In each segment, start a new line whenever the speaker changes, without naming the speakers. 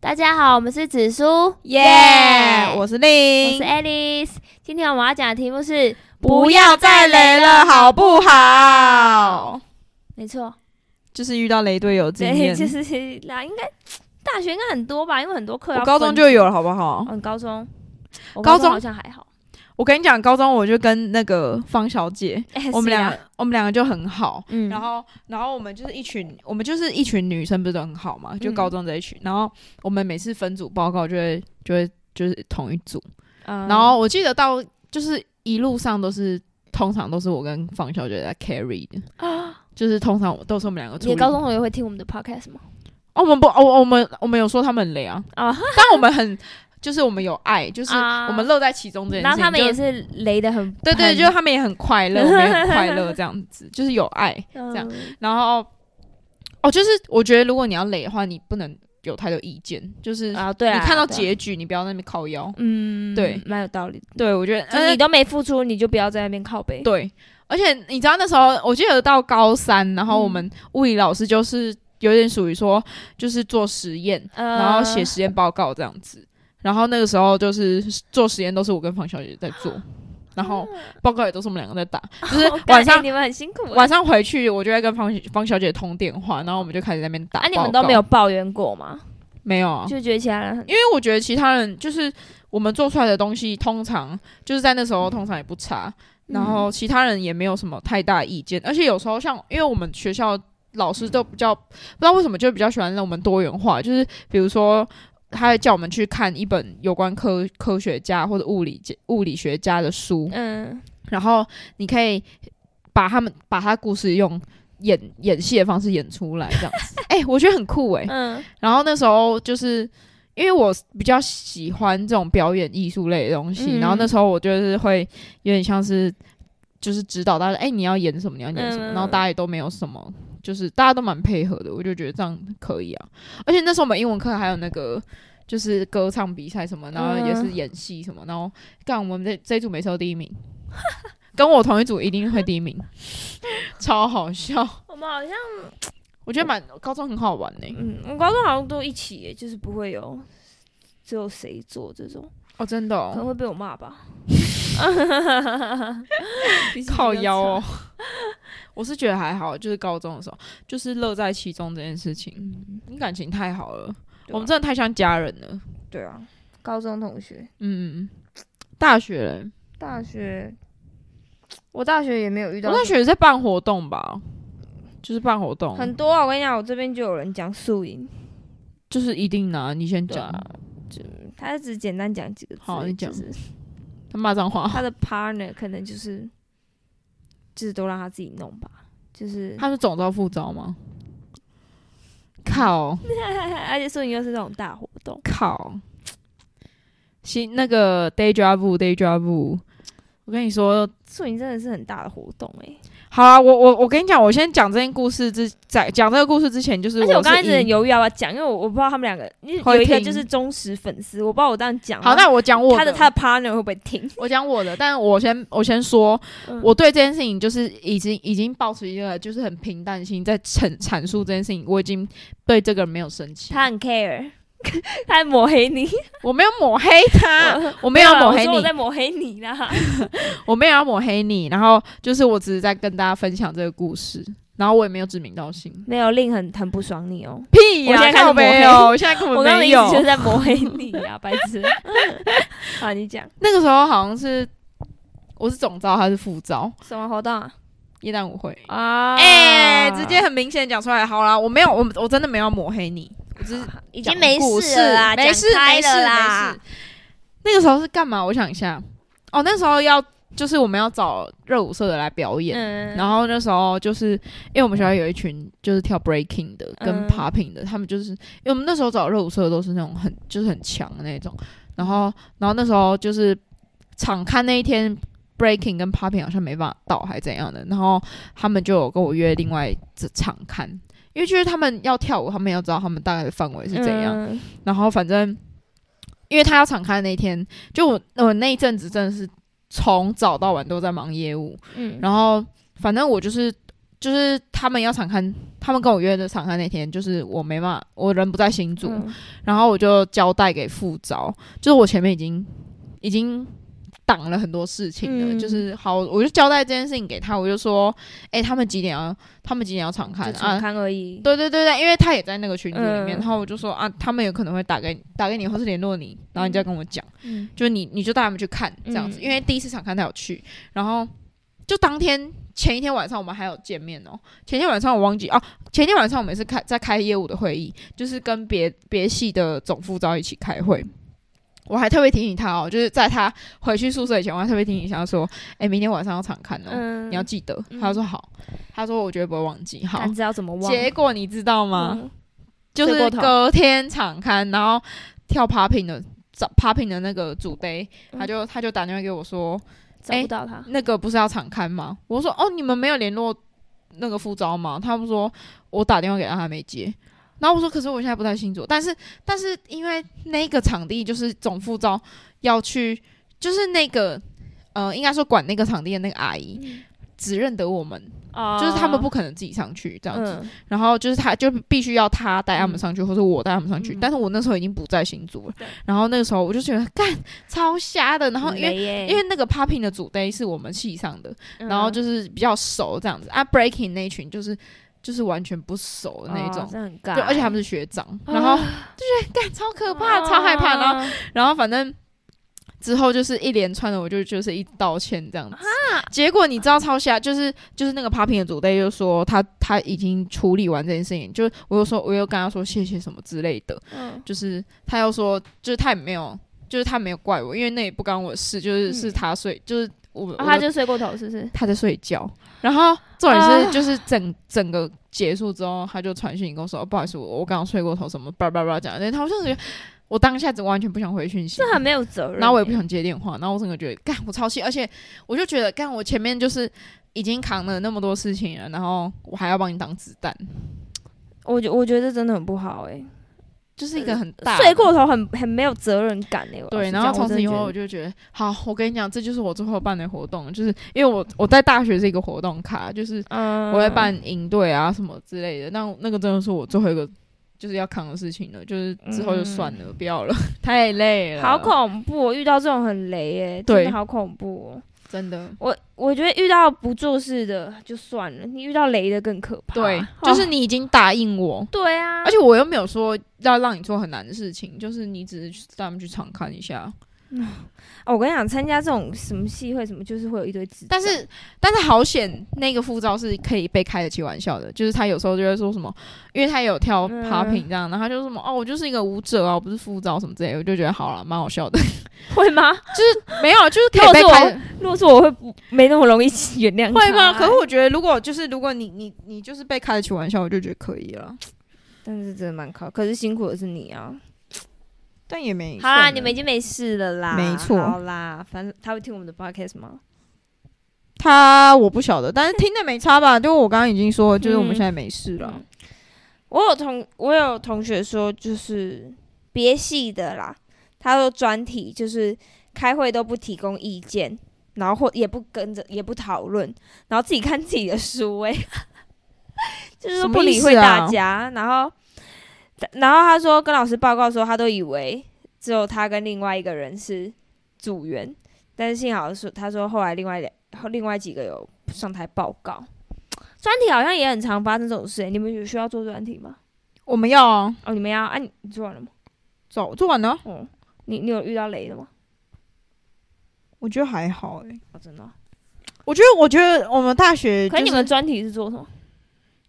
大家好，我们是紫苏，
耶、我是
我
令，
是 Alice。今天我们要讲的题目是，
不要再雷了，好不好？
没错，
就是遇到雷队友经
对，
验，
就是啦，应该大学应该很多吧，因为很多课要
我
分。
高中就有了，好不好？
嗯，高中，我
高中
好像还好。
我跟你讲，高中我就跟那个方小姐，
哎
我
谁
们两
啊
个，我们两个就很好。
嗯，
然后，然后我们就是一群，我们就是一群女生，不是都很好嘛？就
嗯
高中这一群。然后我们每次分组报告就会，就会就是同一组。
嗯
然后我记得到就是一路上都是，通常都是我跟方小姐在 carry 的，就是通常我都是我们两个
啊
处
你
理。
的高中同学会听我们的 podcast 吗？
哦，我们不，哦，我们我们有说他们累啊，
啊
但我们很就是我们有爱，就是
啊
我们乐在其中这件事情。
然后他们也
就是
雷的很，
对对，
很
就是他们也很快乐，我们也很快乐，这样 子就是有爱。
这
样然后哦，就是我觉得如果你要累的话，你不能有太多意见，就是
啊，对
你
啊，
看到
对啊，
结局，你不要在那边靠腰。
嗯，
对
蛮有道理的。
对，我觉得
就是
呃
你都没付出，你就不要在那边靠背。
对，而且你知道那时候，我记得到高三，然后
嗯
我们物理老师就是有点属于说，就是做实验，
呃，
然后写实验报告这样子。然后那个时候就是做实验都是我跟房小姐在做，
啊
然后报告也都是我们两个在打， 就是
好干
晚上
哎。你们很辛苦哎，
晚上回去，我就在跟方方小姐通电话，然后我们就开始在那边打报
啊，
告。
你们都没有抱怨过吗？
没有啊？
就觉得其他人很
因为我觉得其他人就是我们做出来的东西，通常就是在那时候通常也不差，然后其他人也没有什么太大意见，而且有时候像因为我们学校老师都比较不知道为什么就比较喜欢让我们多元化，就是比如说。他会叫我们去看一本有关科科学家或者物理界物理学家的书，
嗯，
然后你可以把他们把他故事用演演戏的方式演出来，这样子。哎、我觉得很酷哎、
嗯
然后那时候就是因为我比较喜欢这种表演艺术类的东西，
嗯
然后那时候我就是会有点像是就是指导大家，哎、你要演什么，你要演什么，
嗯
然后大家也都没有什么，就是大家都蛮配合的，我就觉得这样可以啊。而且那时候我们英文课还有那个。就是歌唱比赛什么，然后
嗯
也是演戏什么，然后干我们这这一组每次都第一名，跟我同一组一定会第一名， 超好笑。
我们好像，
我觉得蛮高中很好玩呢、
嗯，我高中好像都一起耶，就是不会有只有谁做这种，
哦，真的、
可
哦，
能会被我骂 吧。 脾气比较
靠腰哦。 我是觉得还好，就是高中的时候，就是乐在其中这件事情，
差，
你感情太好了，
嗯对啊
我们真的太像家人了。
对啊，高中同学，
嗯，大学嘞，
大学，我大学也没有遇到
我大学也哦在办活动吧，就是办活动，
很多啊。我跟你讲，我这边就有人讲宿营，
就是一定拿、你先
对
讲
啊，，就他只简单讲几个字，
好你讲哦
就是
他骂脏话，
他的 partner 可能就是就是都让他自己弄吧，就是
他是总招副招吗？靠
而且宿营又是那种大活动，
靠，新那个 day job day job，我跟你说，
宿营真的是很大的活动哎、
好啊，我我我跟你讲，我先讲这件故事之在讲这个故事之前，就是
而且我刚开
是
始很
以
犹豫要不要讲，因为我我不知道他们两个，因为
会
有一个
听
就是忠实粉丝，我不知道我这样讲，啊
好，那我讲我
他
的，
的他的 partner 会不会听？
我讲我的，但我先我先说，
嗯
我对这件事情就是已经已经保持一个就是很平淡心在阐阐述这件事情，我已经对这个人没有生气，
他很 care，他 在抹黑你，
我没有抹黑他，我没有
有
要抹黑
我说我
你
在，抹黑你啦。
我没有要抹黑你，然后就是我只是在跟大家分享这个故事，然后我也 没有指名道姓，
没有令很很不爽你哦，
屁
我
呀、
现在开始
靠没有，
抹黑
哦我现在根
我
本
刚刚的
没
意
有
思，就是在抹黑你 啊，白痴。好，你讲
那个时候好像是我是总招，他是副招。
什么活动啊？
夜蛋舞会。
啊，
哎、直接很明显讲出来，好啦，我没有，我我真的没有抹黑你，我只是
已
讲
经没
故
事了啦，
没事
讲开
没事
了啦
没事。那个时候是干嘛？我想一下，哦，那时候要就是我们要找热舞社的来表演，
嗯
然后那时候就是因为我们学校有一群就是跳 breaking 的跟
嗯
popping 的，他们就是因为我们那时候找热舞社都是那种很就是很强的那种，然后然后那时候就是场刊那一天 breaking 跟 popping 好像没办法到还怎样的，然后他们就有跟我约另外这场刊，因为就是他们要跳舞，他们要知道他们大概的范围是怎样，
嗯
然后反正因为他要场刊那一天，就我我那一阵子真的是从早到晚都在忙业务，
嗯，
然后反正我就是就是他们要敞开他们跟我约的场刊那天，就是我没办法，我人不在新竹，
嗯
然后我就交代给副招，就是我前面已经已经挡了很多事情了，
嗯
就是好，我就交代这件事情给他，我就说，哎、他们几点要，他们几点要场刊
就
啊
重？看而已。
对对对对，因为他也在那个群组里面，
嗯
然后我就说啊，他们有可能会打给你，打给你，或是联络你，然后你再跟我讲，
嗯
就是你你就带他们去看这样子，
嗯
因为第一次场看他有去，然后就当天前一天晚上我们还有见面哦，前天晚上我忘记哦、前天晚上我们也是开在开业务的会议，哦就是跟别别系的总副招一起开会。我还特别提醒他哦，就是在他回去宿舍以前，我还特别提醒他说：“哎、明天晚上要场看哦，
嗯
你要记得。
嗯
他说：“好。”他说：“我绝对不会忘记。”好，
但知道怎么忘
结果你知道吗？
嗯
就
睡
是
过头
隔天场刊，然后跳 popping 的找 popping 的那个主 day，
嗯
他就他就打电话给我说，
找不到他，
那个不是要场刊吗？我说哦，你们没有联络那个副招吗？他们说我打电话给他，他没接。然后我说，可是我现在不太清楚，但是但是因为那个场地就是总副招要去，就是那个呃，应该说管那个场地的那个阿姨。只认得我们，
嗯哦
就是他们不可能自己上去这样子。
嗯
然后就是他就必须要他带他们上去，或者我带他们上去。
嗯
但是我那时候已经不在新竹了
对，
然后那个时候我就觉得干超瞎的。然后因为
为
因为那个 popping 的主 day 是我们系上的，
嗯
然后就是比较熟这样子啊，breaking 那一群就是就是完全不熟的那一种。
这哦很尬
就而且他们是学长，
哦
然后就觉得干超可怕，超害怕，然后
后
然后反正之后就是一连串的，我就就是一直道歉这样子。
啊
结果你知道超瞎，就是就是那个 popping 的组队就说他他已经处理完这件事情，就是我又说我又跟他说谢谢什么之类的，
嗯
就是他又说就是他也没有就是他没有怪我，因为那也不干我的事，就是、
嗯
是他睡，就是我、我
哦他就睡过头，是不是？
他在睡觉。然后重点是，
啊
就是整整个结束之后，他就传讯息跟我说：“哦，不好意思，我我刚刚睡过头，什么叭叭叭讲。”然后我就觉得，我当下子完全不想回讯息，
这很没有责任欸。
然后我也不想接电话，然后我整个觉得，干我超气，而且我就觉得，干我前面就是已经扛了那么多事情了，然后我还要帮你挡子弹，
我觉我觉得这真的很不好哎，
就是一个很大的
呃睡过头很很没有责任感哎。我老
对，
实
然后
讲
从此以后我，就觉得，好，我跟你讲，这就是我最后办的活动，就是因为我我在大学是一个活动卡，就是
嗯
我会，办营队啊什么之类的，那那个真的是我最后一个就是要扛的事情了，就是之后就算了，不要了， 太累
嗯
了，
好恐怖哦，遇到这种很雷哎，真
对
的好恐怖哦。
真的。
我我觉得遇到不做事的就算了，你遇到雷的更可怕。
对，
哦
就是你已经答应我，
对啊，
而且我又没有说要让你做很难的事情，就是你只是去带他们去场看一下。
哦我跟你讲，参加这种什么戏会什么，就是会有一堆指责。
但是，但是好险，那个副招是可以被开得起玩笑的，就是他有时候就会说什么，因为他有跳
嗯
popping 这样，然后他就说什么哦，我就是一个舞者啊，我不是副招什么之类的，我就觉得好了，蛮好笑的。
会吗？
没有，就是可以被开得。
如果是我会不没那么容易 原谅他。
会吗？可是我觉得，如果就是如果你你你就是被开得起玩笑，我就觉得可以了，
但是真的蛮靠，可是辛苦的是你啊。
但也没
好啦，
算了
你们已经没事了啦，
没错
好啦，反正他会听我们的 podcast 吗？
他我不晓得，但是听的没差吧？就我刚刚已经说，就是我们
嗯
现在没事了。
嗯我有同我有同学说，就是别系的啦，他说专题就是开会都不提供意见，然后或也不跟着也不讨论，然后自己看自己的书、欸， 就是说
什么
不
意
理
思
会
啊
大家，然后然后他说跟老师报告说，他都以为只有他跟另外一个人是组员，但是幸好是他说后来另外两后另外几个有上台报告。专题好像也很常发生这种事、欸，你们有需要做专题吗？
我们要啊
哦，你们要啊？你你做完了吗？
早做完了啊。
哦，你你有遇到雷的吗？
我觉得还好诶、
哦，真的哦、
我觉得，我觉得我们大学、就
可是
是
你们专题是做什么？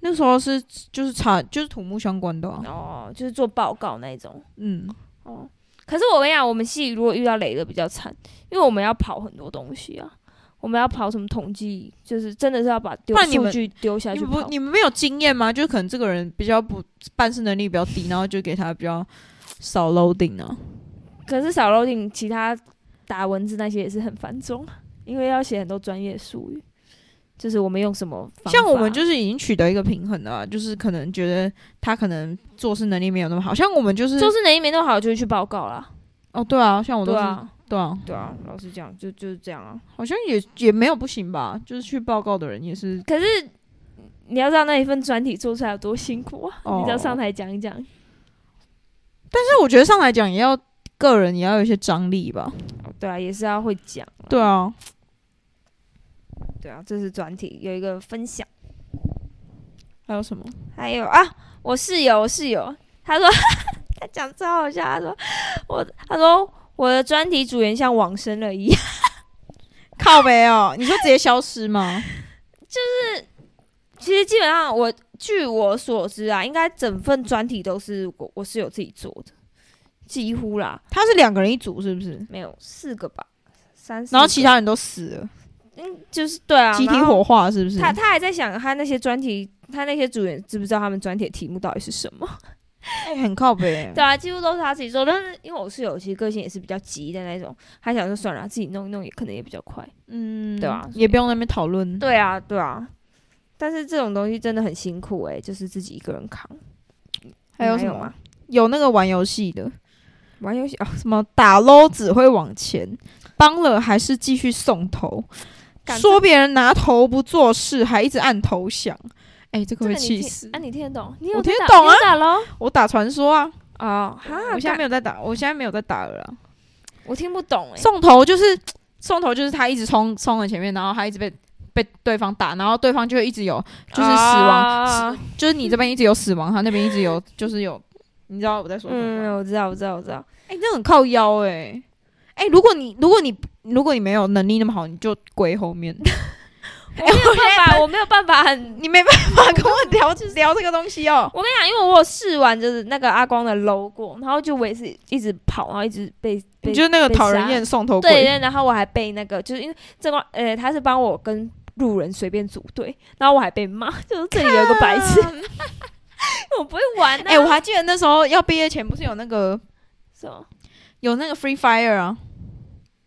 那时候是就是查就是土木相关的、啊，
哦，就是做报告那一种。
嗯，
哦，可是我跟你讲，我们系如果遇到雷的比较惨，因为我们要跑很多东西啊，我们要跑什么统计，就是真的是要把丢
不然你
数
们
据丢下
你
去
们不
跑。
你们没有经验吗？就可能这个人比较不办事能力比较低，然后就给他比较少 loading 啊。
可是少 loading 其他打文字那些也是很繁重啊，因为要写很多专业术语，就是我们用什么方法
像我们就是已经取得一个平衡了啊、就是可能觉得他可能做事能力没有那么好，像我们就是
做事能力没那么好，就会去报告啦。
哦对啊，像我都
对
是
啊，
对啊，
对啊，老实讲，就就是这样啊。
好像也也没有不行吧，就是去报告的人也是
可是你要知道那一份专题做出来有多辛苦啊！
哦
你只要上台讲一讲，
但是我觉得上来讲也要个人也要有一些张力吧。
对啊，也是要会讲啊。
对啊，
对啊，这是专题有一个分享。
还有什么？
还有啊，我室友，我室友，他说 他讲超好笑，他说我，他说我的专题组员像往生了一样，
靠北哦，你说直接消失吗？
其实基本上我据我所知啊，应该整份专题都是我我室友自己做的，几乎啦，
他是两个人一组是不是？
没有四个吧，三四个，
然后其他人都死了，
就是对啊，
集体
然后
火化是不是？
他他还在想他那些专题，他那些组员知不知道他们专题的题目到底是什 么？
哎很靠 北。
对啊，几乎都是他自己做。但是因为我室友其实个性也是比较急的那种，他想说算了，自己弄一弄也可能也比较快。
嗯，
对啊
也不用那边讨论。
对啊，对啊。但是这种东西真的很辛苦诶、就是自己一个人扛。
还有
你
什
吗
么？？有那个玩游戏的，
玩游戏啊，
什么打捞只会往前，帮了还是继续送头，
干
说别人拿头不做事，还一直按头响。哎、这
这
个
个
会
你
气
听
死！
啊，你听得懂？你有
我
在
听得
打
懂啊
你有打喽？
我打传说啊，
哦，哈，
我现在
干
没有在打，我现在没有在打了啊啦。
我听不懂欸诶、
送头就是送头，就是他一直冲冲了前面，然后他一直被被对方打，然后对方就会一直有就是死亡，
啊
就是你这边一直有死亡，他那边一直有就是有，你知道我在说什么吗？
嗯，我知道，我知道，我知道。
哎、那很靠腰哎、哎、如果你如果你如果你没有能力那么好，你就跪后面，
我没有办法，我没有办法很。
你没办法跟我聊 聊这个东西哦。
我跟你讲，因为我有试完就是那个阿光的 logo，然后就我也是一直跑，然后一直被被
你就是那个
被
讨人
杀
厌送头
对
鬼，
对，然后我还被那个，就是因为这个，呃，他是帮我跟路人随便组队，然后我还被骂， 就是这里有一个白痴， 我不会玩啊。
哎、我还记得啊那时候要毕业前不是有那个
什么
有那个 Free Fire 啊，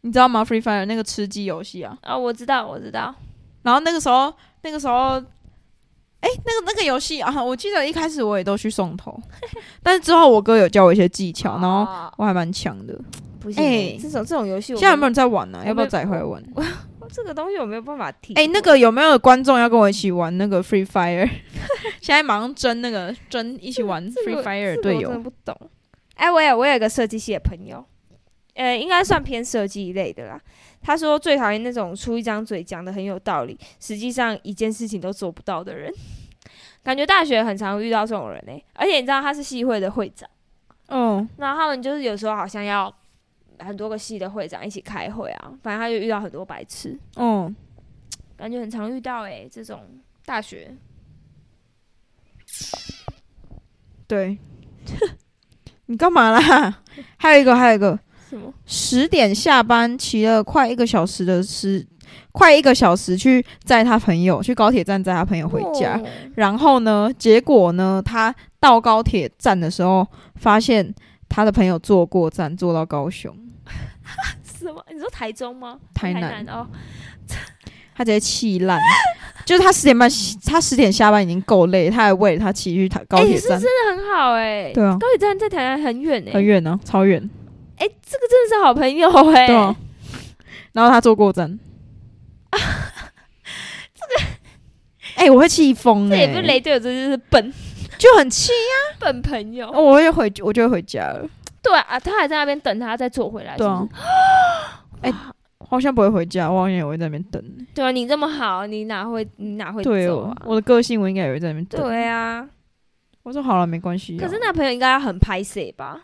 你知道吗？Free Fire 那个吃鸡游戏啊，
啊、我知道，我知道，
然后那个时候那个时候。哎、那个那个游戏啊，我记得一开始我也都去 送头，但是之后我哥有教我一些技巧，然后
哦
我还蛮强的。
不行、
哎
这种这种游戏我
现在有
没
没有人在玩呢、
我
要不要
没
载回来玩？
有这个东西我没有办法提。
哎、那个有没有观众要跟我一起玩那个 Free Fire？现 在马上争那个争一起玩
这个
Free
这
Fire
个
队
我真的
友。
不懂。哎，我有我有一个设计系的朋友，呃，应该算偏设计类的啦。他说最讨厌那种出一张嘴讲的很有道理，实际上一件事情都做不到的人。 感觉大学很常遇到这种人呢、而且你知道他是系会的会长，
嗯，
那他们就是有时候好像要很多个系的会长一起开会啊，反正他就遇到很多白痴，
嗯，
感觉很常遇到诶、这种大学
对。 你干嘛啦？ 还有一个，还有一个，
什么
十点下班，骑了快一个小时的时，快一个小时去载他朋友，去高铁站载他朋友回家。
哦
然后呢，结果呢，他到高铁站的时候，发现他的朋友坐过站，坐到高雄，
什么？你说台中吗？
台南
南哦，
他直接气烂， 就是他十点半，他十点下班已经够累，他还为了他骑去台高铁站，
很好哎、
对啊，
高铁站在台南很远哎、
很远呢、啊，超远，
哎、这个真的是好朋友哎、
对啊。然后他坐 过站，这个，哎、我会气疯
这
哎，
也不是雷队友，这就是 笨
就很气，
笨朋友。
哦我会回，我就会回家了，
对啊，他还在那边等他再坐回来，
对啊
是不是，
哎、我好像不会回家，我好像也会在那边等、
对啊，你这么好，你哪会你哪会
对
走
哦
啊，？
我的个性我应该也会在那边等。
对啊，
我说好了，没关系啊、
可是那朋友应该要很拍谁吧？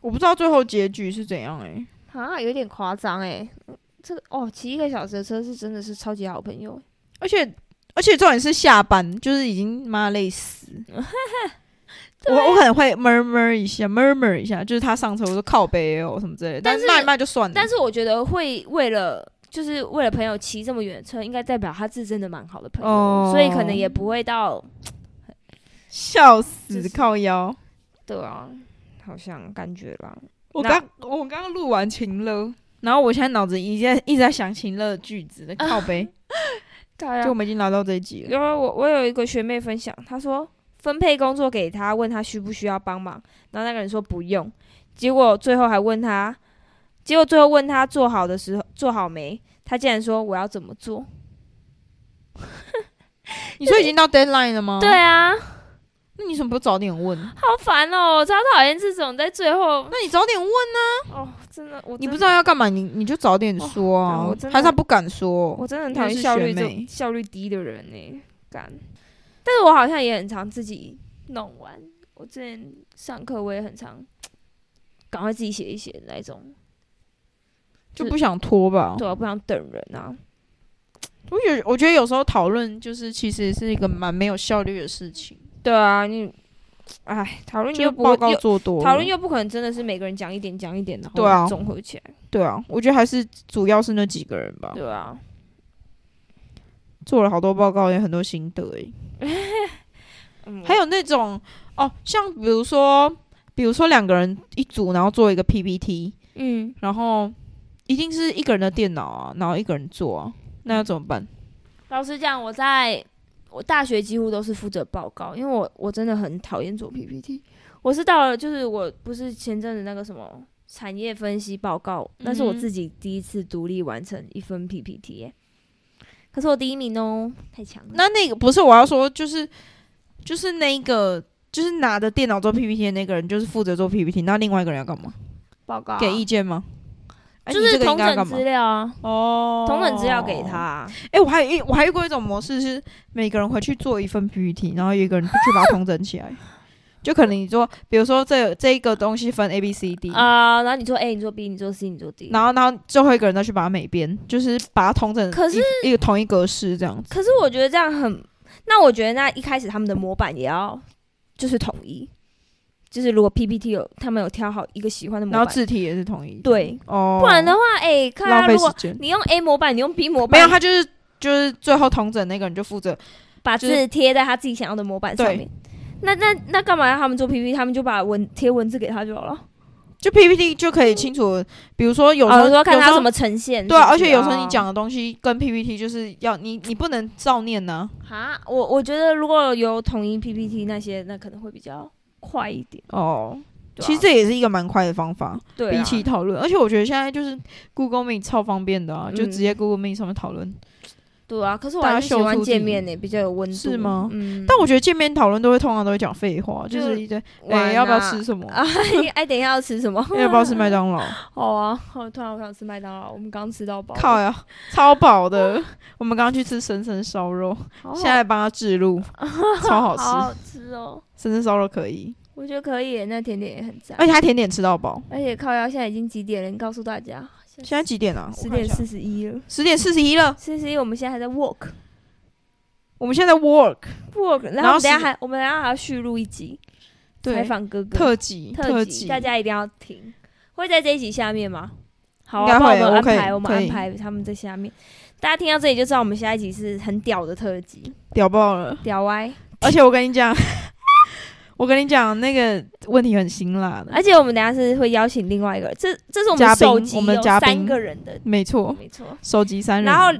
我不知道最后结局是怎样哎、
啊，有点夸张哎。嗯这个哦，骑一个小时的车是真的是超级好朋友欸，
而且而且重点是下班，就是已经妈 累死。我我可能会 murmur 一下，murmur 一下，就是他上车，我说靠背哦什么之类的，
但
但
是
骂一骂就算了。
但是我觉得会为了就是为了朋友骑这么远的车，应该代表他是真的蛮好的朋友，
哦
所以可能也不会到
笑死，
就是
靠腰。
对啊，好像感觉啦。
我
那
刚我刚刚录完情乐，然后我现在脑子一直在一直在想情乐的句子的靠背，
啊对啊
就我们已经拿到这一集了。
因为我我有一个学妹分享，她说分配工作给她，问她需不需要帮忙，然后那个人说不用，结果最后还问她，结果最后问她做好的时候做好没，她竟然说我要怎么做，
你说已经到 deadline 了吗？
对，啊，
那你怎么不早点问？那
好烦哦！我超讨厌这种在最后
你早点问呢、
哦，真的我
你不
真
知道要干嘛，你你就早点说啊
哦我真，的
还是他不敢说？
我真的很
因
讨
为
厌
是
效
学
率这种
妹
效率低的人呢、干。但是我好像也很常自己弄完。我之前上课我也很常赶快自己写一写的那种，
就不想拖吧。
对啊，不想等人啊。
我觉得我觉得有时候讨论就是其实是一个蛮没有效率的事情，
对啊，你，哎，讨论
就是
又不
报
会
告
又
做多了
讨论又不可能真的是每个人讲一点讲一点，然
对啊
后综合起来，
对啊，我觉得还是主要是那几个人吧，
对啊。
做了好多报告，也很多心得诶、
嗯
还有那种哦，像比如说，比如说两个人一组，然后做一个 PPT，
嗯，
然后一定是一个人的电脑啊，然后一个人做啊，那要怎么办？
老实讲，我在我大学几乎都是负责报告，因为我我真的很讨厌做 PPT。我是到了，就是我不是前阵子那个什么产业分析报告，那是我
嗯
自己第一次独立完成一份 PPT，耶、可是我第一名哦，太强了。
那那个不是我要说，就是就是那一个。就是拿着电脑做 PPT 的那个人，就是负责做 PPT，那另外一个人要干嘛？
报告啊
给意见吗？哎
就
你
是
这个应
同
该要干
等
嘛
资料啊，
哦，
同等资料给他、。啊。
哎、我还有一我还遇过一种模式是每个人回去做一份 PPT，然后有一个人去把它统整起来。就可能你做，比如说这这一个东西分 A B C D，、
啊然后你做 A，你做 B，你做 C，你做 D。
然后然后最后一个人再去把它美编，就是把它统整一，
可是
一个同一格式这样子。
可是我觉得这样很，那我觉得那一开始他们的模板也要就是统一，就是如果 PPT 有他们有挑好一个喜欢的模
然后
板，
字体也是统一的，
对
哦，
不然的话，哎、看
浪
他
费
如
时
果
间。
你用 A 模板，你用 B 模
没有，
板，
他就是就是最后统整那个人就负责，
把
就是
字贴在他自己想要的模板上面。那那那干嘛要他们做 PPT？他们就把文贴文字给他就好了。
就 PPT 就可以清楚，比如说有时
哦，
候、
我说看
有时
他
候
怎么呈现。
对啊，而且有时
是哦不
候
是
你讲的东西跟 PPT 就是要你你不能照念呢、
啊，哈我我觉得如果有统一 PPT 那些，那可能会比较快一点。
哦，
对啊
其实这也是一个蛮快的方法，
对啊
比起讨论。而且我觉得现在就是 Google Meet 超方便的啊，
嗯
就直接 Google Meet 上面讨论。
对啊，可是我
大家
还是喜
秀
欢
出
见
自己
面呢、欸比较有温度。
是吗
嗯，
但我觉得见面讨论都会通常都会讲废话，就
就是
一堆哎、
晚啊
要不要吃什么，
啊， 哎，等一下要吃什么？
要不要吃麦当劳，
好啊，好，突然我想吃麦当劳，我们刚吃到饱。
靠呀，超饱
哦
的。我们刚刚去吃神神烧肉，
好好，
现在帮他置入， 超好吃。
好哦好吃哦，
神神烧肉可以，
我觉得可以耶，那甜点也很赞。
而且他甜点吃到饱。
而且靠腰现在已经几点了？你告诉大家，
现在几点啊？
嗯十点四十一了。
十点四十一了，
四十一，我们现在还在 walk
我们现在在 work
walk，然
然
后我们等
后
一下
10
还我们等一下还要续录一集采
对
访哥哥
特辑
特
辑，
大家一定要听，会在这一集下面吗？好、
应该
啊，帮
会
我们安
我可以
排，我们
可
安
以
排他们在下面。大家听到这里就知道我们下一集是很屌的特辑，
屌爆了。
屌歪。
而且我跟你讲，我跟你讲，那个问题很辛辣的，
而且我们等一下是会邀请另外一个人，这这是我
嘉
们
宾
手机
我们的
有
嘉宾
三个人的，
没错，
没错。
手机三人，
然后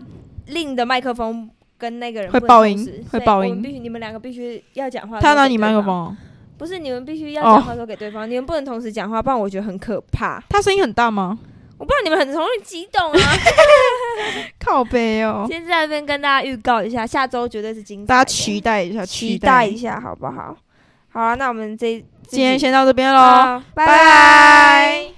令的麦克风跟那个人
会
不能
爆音
同时
会
所以
爆
我们
音
必须你们两个必须要讲话。
他要拿你麦克，风哦，
不是你们必须要
哦
讲话说给对方，你们不能同时讲话，不然我觉得很可怕。
他声音很大吗？
我不知道你们很容易激动啊。
靠背哦，
先在这边跟大家预告一下，下周绝对是精彩的，呃
大家期待一下，
期待
待
一。下好不好？好啊，那我们这
今天先到这边喽，
好拜
拜拜